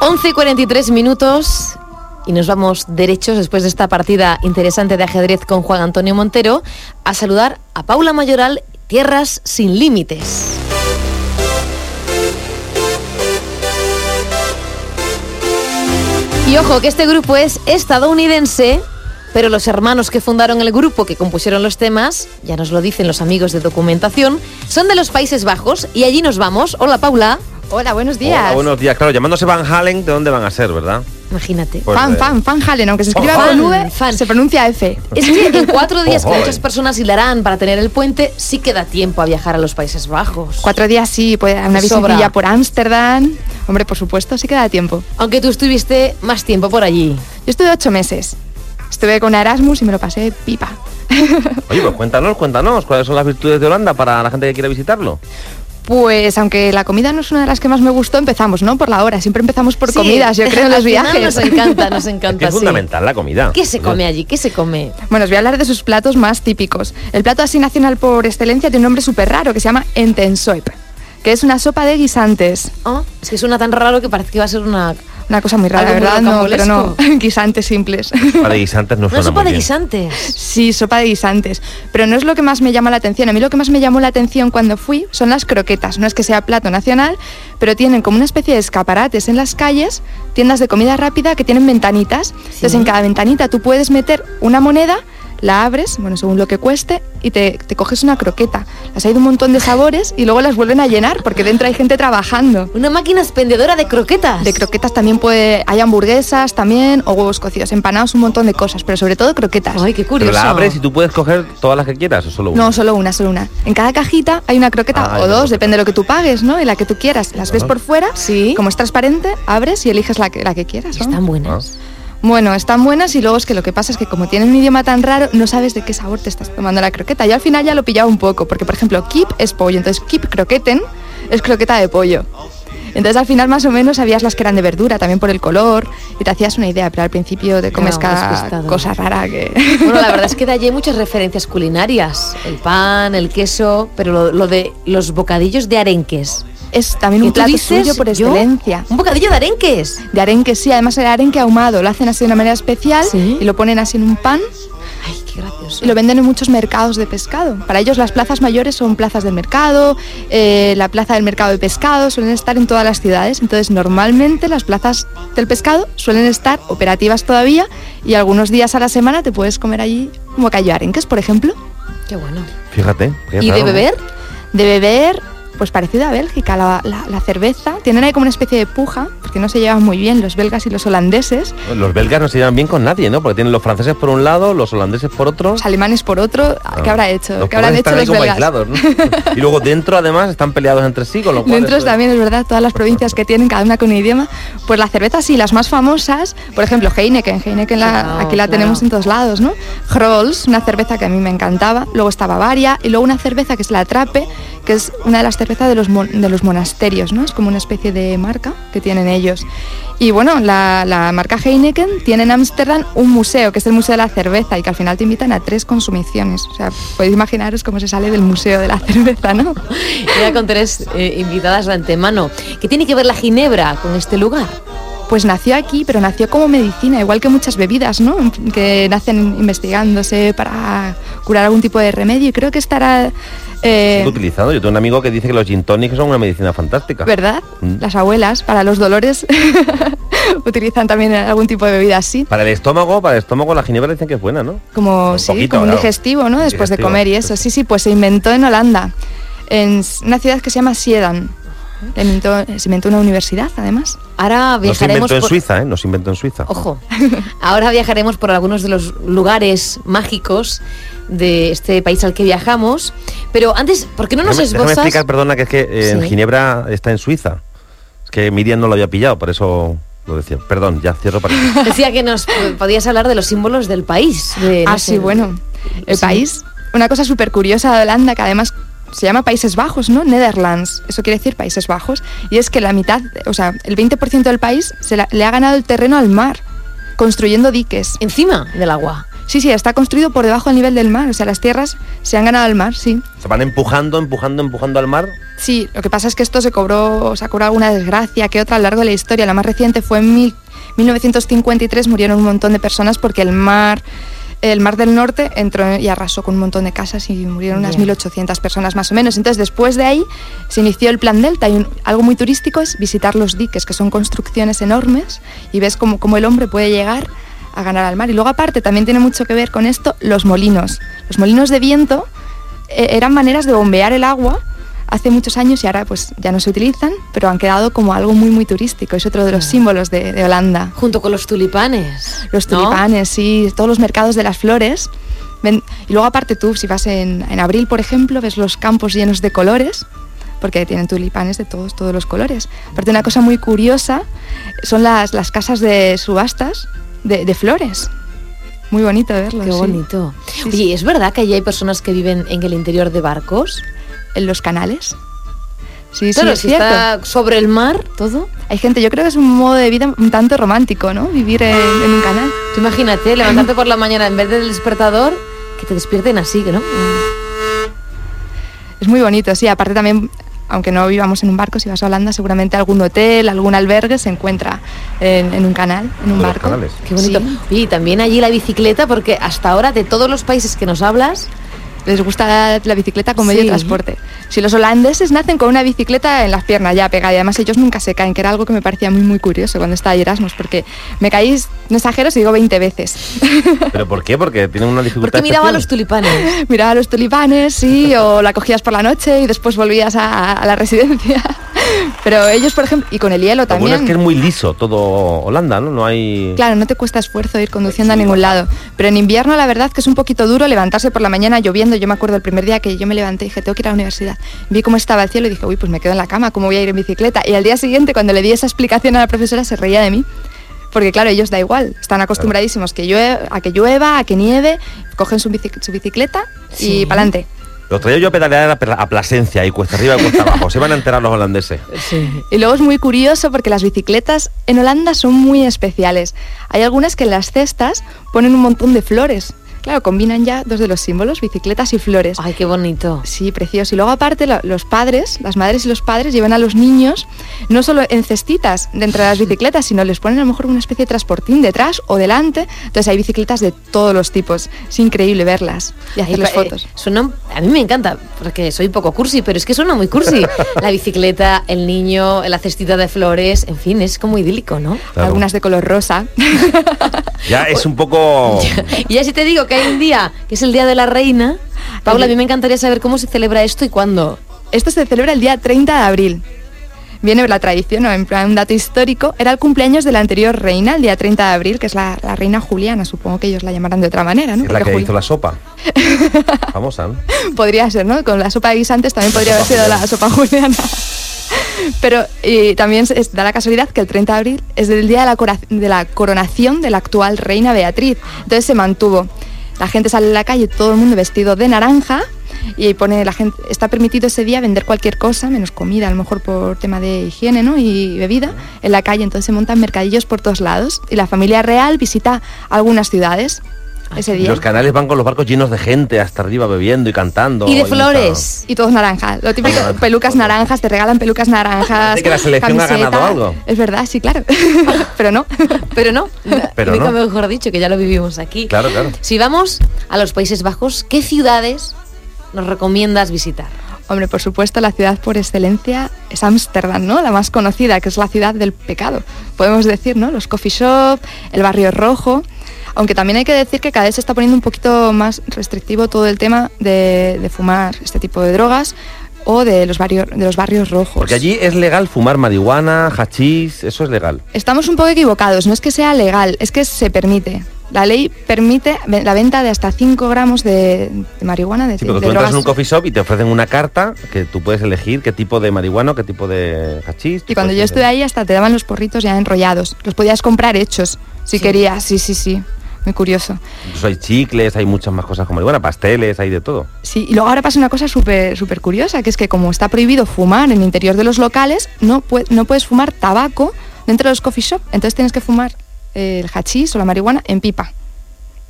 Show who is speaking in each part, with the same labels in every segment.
Speaker 1: 11 y 43 minutos y nos vamos derechos después de esta partida interesante de ajedrez con Juan Antonio Montero a saludar a Paula Mayoral, Tierras sin Límites. Y ojo que este grupo es estadounidense, pero los hermanos que fundaron el grupo que compusieron los temas, ya nos lo dicen los amigos de documentación, son de los Países Bajos y allí nos vamos. Hola Paula.
Speaker 2: Hola, buenos días.
Speaker 3: Hola, buenos días. Claro, llamándose Van Halen, ¿de dónde van a ser, verdad?
Speaker 1: Imagínate.
Speaker 3: Pues,
Speaker 2: fan,
Speaker 3: eh,
Speaker 2: fan, fan Halen, aunque se escriba
Speaker 3: Fan,
Speaker 2: con V,
Speaker 1: fan.
Speaker 2: se pronuncia F.
Speaker 1: Es que en cuatro días que
Speaker 3: Ojo,
Speaker 1: muchas
Speaker 3: eh.
Speaker 1: personas hilarán para tener el puente, sí que da tiempo a viajar a los Países Bajos.
Speaker 2: Cuatro días sí, puede dar una
Speaker 1: Sobra.
Speaker 2: visitilla por Ámsterdam. Hombre, por supuesto, sí que da tiempo.
Speaker 1: Aunque tú estuviste más tiempo por allí.
Speaker 2: Yo estuve ocho meses. Estuve con Erasmus y me lo pasé pipa.
Speaker 3: Oye, pues cuéntanos, cuéntanos, ¿cuáles son las virtudes de Holanda para la gente que quiera visitarlo?
Speaker 2: Pues aunque la comida no es una de las que más me gustó, empezamos, ¿no? Por la hora. Siempre empezamos por
Speaker 1: Sí,
Speaker 2: comidas, yo creo, en los
Speaker 1: al final
Speaker 2: viajes.
Speaker 1: Nos encanta, nos
Speaker 3: Es que
Speaker 1: encanta.
Speaker 3: es
Speaker 1: sí.
Speaker 3: fundamental la comida.
Speaker 1: ¿Qué se come allí? ¿Qué se come?
Speaker 2: Bueno, os voy a hablar de sus platos más típicos. El plato así nacional por excelencia tiene un nombre súper raro que se llama Entensoip, que es una sopa de guisantes.
Speaker 1: Ah, Es que suena tan raro que parece que va a ser una.
Speaker 2: Una cosa muy rara,
Speaker 1: Algo muy
Speaker 2: ¿verdad? No, pero no,
Speaker 1: rocambolesco.
Speaker 2: guisantes simples.
Speaker 3: Para guisantes no
Speaker 1: Una
Speaker 3: suena
Speaker 1: sopa
Speaker 3: muy
Speaker 1: de
Speaker 3: bien.
Speaker 1: guisantes.
Speaker 2: Sí, sopa de guisantes. Pero no es lo que más me llama la atención. A mí lo que más me llamó la atención cuando fui son las croquetas. No es que sea plato nacional, pero tienen como una especie de escaparates en las calles, tiendas de comida rápida que tienen ventanitas. Entonces en cada ventanita tú puedes meter una moneda, la abres, bueno, según lo que cueste, y te, te coges una croqueta. Las hay de un montón de sabores y luego las vuelven a llenar porque dentro hay gente trabajando.
Speaker 1: Una máquina expendedora de croquetas.
Speaker 2: De croquetas también puede, hay hamburguesas también o huevos cocidos, empanados, un montón de cosas, pero sobre todo croquetas.
Speaker 1: Ay, qué curioso.
Speaker 3: Pero la abres y tú puedes coger todas las que quieras o solo una.
Speaker 2: No, solo una, solo una. En cada cajita hay una croqueta
Speaker 3: Ah, hay
Speaker 2: o
Speaker 3: una
Speaker 2: dos,
Speaker 3: croqueta.
Speaker 2: depende de lo que tú pagues, ¿no? Y la que tú quieras. Las ves
Speaker 3: Ah.
Speaker 2: por fuera,
Speaker 1: Sí.
Speaker 2: como es transparente, abres y eliges la que, la que quieras. ¿no?
Speaker 1: Están
Speaker 3: Ah.
Speaker 1: buenas.
Speaker 2: Bueno, están buenas y luego es que lo que pasa es que como tienen un idioma tan raro, no sabes de qué sabor te estás tomando la croqueta. Yo al final ya lo pillaba un poco, porque por ejemplo, kip es pollo, entonces kip croqueten es croqueta de pollo. Entonces al final más o menos sabías las que eran de verdura, también por el color, y te hacías una idea, pero al principio te comes
Speaker 1: Claro,
Speaker 2: cada
Speaker 1: despistado.
Speaker 2: cosa rara que...
Speaker 1: Bueno, la verdad es que de allí hay muchas referencias culinarias. El pan, el queso, pero lo, lo de los bocadillos de arenques.
Speaker 2: es también
Speaker 1: ¿Y
Speaker 2: un
Speaker 1: tú
Speaker 2: plato
Speaker 1: dices,
Speaker 2: suyo por
Speaker 1: yo?
Speaker 2: excelencia.
Speaker 1: Un bocadillo de arenques.
Speaker 2: de arenque sí, además el arenque ahumado, lo hacen así de una manera especial
Speaker 1: Sí.
Speaker 2: y lo ponen así en un pan
Speaker 1: Ay, qué gracioso.
Speaker 2: y lo venden en muchos mercados de pescado. Para ellos las plazas mayores son plazas del mercado, eh, la plaza del mercado de pescado suelen estar en todas las ciudades, entonces normalmente las plazas del pescado suelen estar operativas todavía y algunos días a la semana te puedes comer allí un bocadillo de arenques, por ejemplo.
Speaker 1: Qué bueno.
Speaker 3: Fíjate. qué
Speaker 1: ¿Y de
Speaker 3: raro, ¿no?
Speaker 1: beber?
Speaker 2: De beber, pues parecido a Bélgica, la, la- la cerveza. Tienen ahí como una especie de puja, porque no se llevan muy bien los belgas y los holandeses.
Speaker 3: Los belgas no se llevan bien con nadie, ¿no? Porque tienen los franceses por un lado, los holandeses por otro.
Speaker 2: los alemanes por otro,
Speaker 3: Ah.
Speaker 2: ¿qué habrá hecho?
Speaker 3: Los
Speaker 2: ¿Qué habrán
Speaker 3: pobres
Speaker 2: hecho
Speaker 3: están ahí
Speaker 2: los
Speaker 3: como
Speaker 2: belgas?
Speaker 3: aislados, ¿no? y luego dentro, además, están peleados entre sí, con lo cual...
Speaker 2: Dentro
Speaker 3: eso es-
Speaker 2: también es verdad, todas las provincias que tienen, cada una con un idioma, pues las cervezas sí, las más famosas, por ejemplo Heineken, Heineken la-
Speaker 1: Claro,
Speaker 2: aquí la
Speaker 1: claro.
Speaker 2: tenemos en todos lados, ¿no? Rolls, una cerveza que a mí me encantaba, luego está Bavaria y luego una cerveza que es la Trape, que es una de las cervezas de los, mon- de los monasterios, ¿no? Es como una especie de marca que tienen ellos. Y bueno, la, la marca Heineken tiene en Ámsterdam un museo, que es el Museo de la Cerveza, y que al final te invitan a tres consumiciones. O sea, podéis imaginaros cómo se sale del Museo de la Cerveza, ¿no?
Speaker 1: Ya con tres eh, invitadas de antemano. ¿Qué tiene que ver la ginebra con este lugar?
Speaker 2: Pues nació aquí, pero nació como medicina, igual que muchas bebidas, ¿no? Que nacen investigándose para curar algún tipo de remedio. Y creo que estará. eh,
Speaker 3: Es utilizado. Yo tengo un amigo que dice que los gin tonics son una medicina fantástica.
Speaker 2: ¿Verdad?
Speaker 3: Mm.
Speaker 2: Las abuelas, para los dolores, utilizan también algún tipo de bebida así.
Speaker 3: Para el estómago, para el estómago la ginebra dicen que es buena, ¿no?
Speaker 2: Como,
Speaker 3: Un
Speaker 2: sí,
Speaker 3: poquito,
Speaker 2: como un
Speaker 3: claro.
Speaker 2: digestivo, ¿no? Después
Speaker 3: Digestivo.
Speaker 2: de comer y eso. Sí, sí, pues se inventó en Holanda, en s- una ciudad que se llama Siedan. Se inventó, se inventó una universidad, además.
Speaker 1: Ahora
Speaker 3: No se
Speaker 1: viajaremos
Speaker 3: inventó en
Speaker 1: por...
Speaker 3: Suiza, ¿eh? No se inventó en Suiza.
Speaker 1: Ojo, ahora viajaremos por algunos de los lugares mágicos de este país al que viajamos. Pero antes, ¿por qué no nos
Speaker 3: déjame, déjame
Speaker 1: esbozas?
Speaker 3: explicar, perdona, que es que eh, en
Speaker 1: Sí.
Speaker 3: Ginebra está en Suiza. Es que Miriam no lo había pillado, por eso lo decía. Perdón, ya cierro para
Speaker 1: Decía que nos eh, podías hablar de los símbolos del país. de, Eh, no
Speaker 2: Ah,
Speaker 1: sé,
Speaker 2: sí, bueno. El
Speaker 1: sí.
Speaker 2: país, una cosa súper curiosa de Holanda, que además se llama Países Bajos, ¿no? Netherlands, eso quiere decir Países Bajos, y es que la mitad, o sea, el 20% del país se la- le ha ganado el terreno al mar, construyendo diques.
Speaker 1: Encima del agua.
Speaker 2: Sí, sí, está construido por debajo del nivel del mar, o sea, las tierras se han ganado al mar, sí.
Speaker 3: Se van empujando, empujando, empujando al mar.
Speaker 2: Sí, lo que pasa es que esto se cobró, se ha cobrado alguna desgracia que otra a lo largo de la historia. La más reciente fue en mil- 1953, murieron un montón de personas porque el mar, el mar del norte entró y arrasó con un montón de casas y murieron unas
Speaker 1: Ya.
Speaker 2: 1.800 personas más o menos. Entonces, después de ahí se inició el plan Delta y un- algo muy turístico es visitar los diques, que son construcciones enormes y ves cómo, cómo el hombre puede llegar a ganar al mar. Y luego aparte también tiene mucho que ver con esto los molinos. Los molinos de viento eh, eran maneras de bombear el agua hace muchos años y ahora pues ya no se utilizan, pero han quedado como algo muy muy turístico. Es otro de los
Speaker 1: Claro.
Speaker 2: símbolos de, de Holanda.
Speaker 1: Junto con los tulipanes.
Speaker 2: Los
Speaker 1: ¿no?
Speaker 2: tulipanes y todos los mercados de las flores. Ven- y luego aparte tú, si vas en, en abril, por ejemplo, ves los campos llenos de colores, porque tienen tulipanes de todos, todos los colores. Aparte una cosa muy curiosa son las, las casas de subastas de, de flores. Muy bonito verlo.
Speaker 1: Qué
Speaker 2: Ah, sí.
Speaker 1: bonito.
Speaker 2: Sí,
Speaker 1: Oye, ¿es verdad que allí hay personas que viven en el interior de barcos?
Speaker 2: En los canales. Sí, sí,
Speaker 1: claro,
Speaker 2: es
Speaker 1: si
Speaker 2: cierto.
Speaker 1: está sobre el mar todo.
Speaker 2: Hay gente, yo creo que es un modo de vida un tanto romántico, ¿no? Vivir en, en un canal.
Speaker 1: Tú imagínate, levantarte por la mañana en vez del despertador, que te despierten así, ¿no?
Speaker 2: Mm, Es muy bonito, sí. Aparte también, aunque no vivamos en un barco, si vas a Holanda, seguramente algún hotel, algún albergue se encuentra en, en un canal, en un
Speaker 3: Todos los
Speaker 2: barco.
Speaker 3: canales.
Speaker 1: Qué bonito.
Speaker 2: Sí.
Speaker 1: Oye, Y también allí la bicicleta, porque hasta ahora de todos los países que nos hablas,
Speaker 2: Les gusta la, la bicicleta como medio
Speaker 1: Sí.
Speaker 2: de transporte. Si los holandeses nacen con una bicicleta en las piernas ya pegada y además ellos nunca se caen, que era algo que me parecía muy muy curioso cuando estaba en Erasmus, porque me caí, no exagero, si digo 20 veces.
Speaker 3: ¿Pero por qué? Porque tienen una dificultad.
Speaker 1: porque miraba los
Speaker 3: especial.
Speaker 1: tulipanes.
Speaker 2: Miraba los tulipanes, sí, o la cogías por la noche y después volvías a, a la residencia. Pero ellos, por ejemplo, y con el hielo
Speaker 3: Lo
Speaker 2: también.
Speaker 3: bueno es que es muy liso todo Holanda, ¿no? No hay...
Speaker 2: Claro, no te cuesta esfuerzo ir conduciendo a ningún lado. Pero en invierno la verdad que es un poquito duro levantarse por la mañana lloviendo. Yo me acuerdo el primer día que yo me levanté y dije, tengo que ir a la universidad. Vi cómo estaba el cielo y dije, uy, pues me quedo en la cama, ¿cómo voy a ir en bicicleta? Y al día siguiente, cuando le di esa explicación a la profesora, se reía de mí. Porque claro, ellos da igual, están acostumbradísimos que llueva, a que llueva, a que nieve, cogen su, bici- su bicicleta
Speaker 1: Sí.
Speaker 2: y pa'lante.
Speaker 3: Lo traía yo a pedalear a Pla- a Plasencia y cuesta arriba y cuesta abajo. Se van a enterar los holandeses.
Speaker 1: Sí.
Speaker 2: Y luego es muy curioso porque las bicicletas en Holanda son muy especiales. Hay algunas que en las cestas ponen un montón de flores. Claro, combinan ya dos de los símbolos, bicicletas y flores.
Speaker 1: Ay, qué bonito.
Speaker 2: Sí, precioso. Y luego aparte lo- los padres, las madres y los padres llevan a los niños no solo en cestitas dentro de las bicicletas, sino les ponen a lo mejor una especie de transportín detrás o delante. Entonces hay bicicletas de todos los tipos. Es increíble verlas y hacer
Speaker 1: Ay,
Speaker 2: las
Speaker 1: pa-
Speaker 2: fotos.
Speaker 1: eh, suena- a mí me encanta, porque soy poco cursi, pero es que suena muy cursi. La bicicleta, el niño, la cestita de flores, en fin, es como idílico, ¿no?
Speaker 3: Claro.
Speaker 2: Algunas de color rosa.
Speaker 3: Ya es un poco...
Speaker 1: Y ya si te digo que hay un día, que es el Día de la Reina, Paula, a mí me encantaría saber cómo se celebra esto y cuándo.
Speaker 2: Esto se celebra el día 30 de abril. Viene la tradición, ¿no? en plan un dato histórico. Era el cumpleaños de la anterior reina, el día 30 de abril, que es la, la reina Juliana. Supongo que ellos la llamarán de otra manera, ¿no?
Speaker 3: Es la
Speaker 2: Porque
Speaker 3: que
Speaker 2: Juli-
Speaker 3: hizo la sopa. Famosa, ¿no?
Speaker 2: Podría ser, ¿no? Con la sopa de guisantes también podría
Speaker 3: sopa
Speaker 2: haber sido
Speaker 3: Juliana.
Speaker 2: la sopa Juliana. Pero y también se- es- da la casualidad que el 30 de abril es el día de la, cora- de la coronación de la actual reina Beatriz. Entonces se mantuvo. La gente sale a la calle, todo el mundo vestido de naranja y ahí pone la gente está permitido ese día vender cualquier cosa menos comida a lo mejor por tema de higiene ¿no? y bebida en la calle entonces se montan mercadillos por todos lados y la familia real visita algunas ciudades ese
Speaker 3: Y
Speaker 2: día
Speaker 3: los canales van con los barcos llenos de gente hasta arriba bebiendo y cantando.
Speaker 1: y de
Speaker 3: mucha-
Speaker 1: flores.
Speaker 2: Y todos naranja. Lo típico,
Speaker 3: Naranja.
Speaker 2: pelucas naranjas, te regalan pelucas naranjas.
Speaker 3: Ah. Parece que la selección ha ganado algo.
Speaker 2: Es verdad, sí, claro. Pero no.
Speaker 1: Pero no,
Speaker 3: Pero
Speaker 1: nunca
Speaker 3: no.
Speaker 1: mejor dicho, que ya lo vivimos aquí.
Speaker 3: Claro, claro.
Speaker 1: Si vamos a los Países Bajos, ¿qué ciudades nos recomiendas visitar?
Speaker 2: Hombre, por supuesto, la ciudad por excelencia es Ámsterdam, ¿no? La más conocida, que es la ciudad del pecado. Podemos decir, ¿no? Los coffee shop, el barrio rojo. Aunque también hay que decir que cada vez se está poniendo un poquito más restrictivo todo el tema de, de fumar este tipo de drogas o de los barrios, de los barrios rojos.
Speaker 3: Porque allí es legal fumar marihuana, hachís, eso es legal.
Speaker 2: Estamos un poco equivocados, no es que sea legal, es que se permite. La ley permite ve- la venta de hasta 5 gramos de, de marihuana, de,
Speaker 3: Sí, porque
Speaker 2: de
Speaker 3: tú
Speaker 2: drogas.
Speaker 3: entras en un coffee shop y te ofrecen una carta que tú puedes elegir qué tipo de marihuana, qué tipo de hachís.
Speaker 2: y cuando yo estuve ahí hasta te daban los porritos ya enrollados. Los podías comprar hechos, si
Speaker 1: Sí.
Speaker 2: querías, sí, sí, sí. Muy curioso.
Speaker 3: Incluso hay chicles, hay muchas más cosas con marihuana, pasteles, hay de todo.
Speaker 2: Sí, y luego ahora pasa una cosa súper súper curiosa, que es que como está prohibido fumar en el interior de los locales, no, pue- no puedes fumar tabaco dentro de los coffee shop, entonces tienes que fumar eh, el hachís o la marihuana en pipa.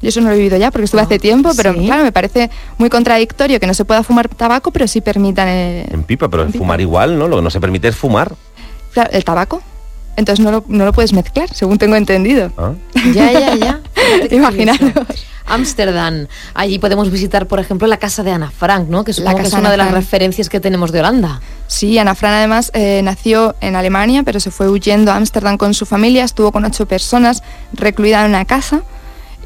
Speaker 2: Yo eso no lo he vivido ya porque estuve
Speaker 1: Ah,
Speaker 2: hace tiempo, pero
Speaker 1: sí.
Speaker 2: claro, me parece muy contradictorio que no se pueda fumar tabaco, pero sí permitan eh, el,
Speaker 3: En pipa, pero
Speaker 2: En pipa.
Speaker 3: fumar igual, ¿no? Lo que no se permite es fumar.
Speaker 2: claro, el tabaco. Entonces no lo, no lo puedes mezclar, según tengo entendido.
Speaker 3: ¿ah?
Speaker 1: Ya, ya, ya. Fíjate qué
Speaker 2: Imaginaros.
Speaker 1: curioso. Ámsterdam. Allí podemos visitar, por ejemplo, la casa de Ana Frank, ¿no? Que supongo que
Speaker 2: casa
Speaker 1: es
Speaker 2: de
Speaker 1: una de
Speaker 2: Ana
Speaker 1: las
Speaker 2: Frank.
Speaker 1: referencias que tenemos de Holanda.
Speaker 2: Sí, Ana Fran además eh, nació en Alemania, pero se fue huyendo a Ámsterdam con su familia, estuvo con ocho personas, recluida en una casa,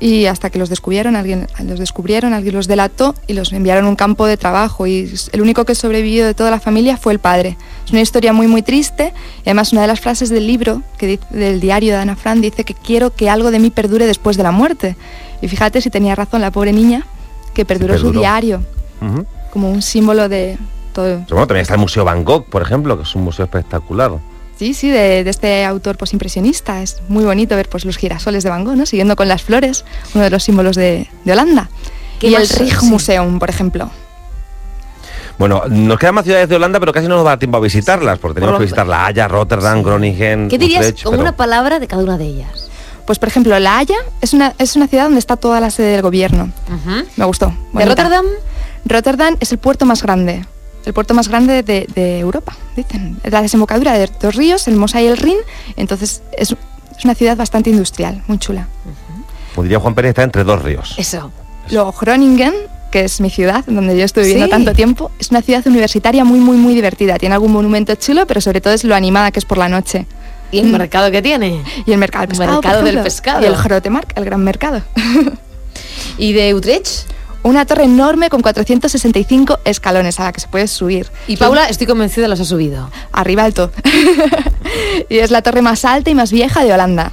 Speaker 2: y hasta que los descubrieron, alguien los descubrieron, alguien los delató y los enviaron a un campo de trabajo. Y s- el único que sobrevivió de toda la familia fue el padre. Es una historia muy muy triste. Y además una de las frases del libro, que dice- del diario de Ana Fran, dice que quiero que algo de mí perdure después de la muerte. Y fíjate si tenía razón la pobre niña, que perduró, su
Speaker 3: perduró.
Speaker 2: diario
Speaker 3: Ujú.
Speaker 2: como un símbolo de todo.
Speaker 3: Pero bueno, también está el Museo Van Gogh, por ejemplo, que es un museo espectacular.
Speaker 2: Sí, sí, de, de este autor pues, impresionista. Es muy bonito ver pues, los girasoles de Van Gogh, ¿no? siguiendo con las flores, uno de los símbolos de, de Holanda.
Speaker 1: ¿Qué
Speaker 2: Y el
Speaker 1: más? Sí.
Speaker 2: Rijmuseum, por ejemplo.
Speaker 3: Bueno, nos quedan más ciudades de Holanda, pero casi no nos da tiempo a visitarlas, porque tenemos que visitar La Haya, Rotterdam, Groningen.
Speaker 1: ¿Qué dirías
Speaker 3: Utrecht,
Speaker 1: con
Speaker 3: pero-
Speaker 1: una palabra de cada una de ellas?
Speaker 2: Pues, por ejemplo, La Haya es una, es una ciudad donde está toda la sede del gobierno.
Speaker 1: Ujú.
Speaker 2: Me gustó.
Speaker 1: ¿De
Speaker 2: bonita.
Speaker 1: Rotterdam?
Speaker 2: Rotterdam es el puerto más grande, el puerto más grande de, de Europa, dicen. Es la desembocadura de dos ríos, el Mosa y el Rin. Entonces, es, es una ciudad bastante industrial, muy chula.
Speaker 3: Como diría Juan Pérez, está entre dos ríos.
Speaker 1: Eso.
Speaker 2: Luego, Groningen, que es mi ciudad, donde yo estuve viviendo
Speaker 1: Sí.
Speaker 2: tanto tiempo, es una ciudad universitaria muy, muy, muy divertida. Tiene algún monumento chulo, pero sobre todo es lo animada que es por la noche.
Speaker 1: ¿Y el mercado que tiene?
Speaker 2: Y el mercado del pescado. por
Speaker 1: Mercado del
Speaker 2: ejemplo.
Speaker 1: pescado.
Speaker 2: Y el Grotemarkt, el gran mercado.
Speaker 1: ¿Y de Utrecht?
Speaker 2: una torre enorme con 465 escalones a la que se puede subir.
Speaker 1: Y Paula, estoy convencida, los ha subido.
Speaker 2: Arriba alto. y es la torre más alta y más vieja de Holanda.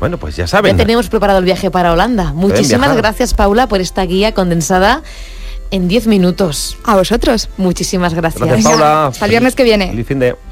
Speaker 3: Bueno, pues ya
Speaker 1: Ya
Speaker 3: saben.
Speaker 1: tenemos preparado el viaje para Holanda. Muchísimas
Speaker 3: viajar.
Speaker 1: gracias, Paula, por esta guía condensada en 10 minutos.
Speaker 2: A vosotros.
Speaker 1: Muchísimas gracias.
Speaker 3: Gracias, Paula.
Speaker 2: Hasta el viernes que viene.
Speaker 3: Feliz fin de...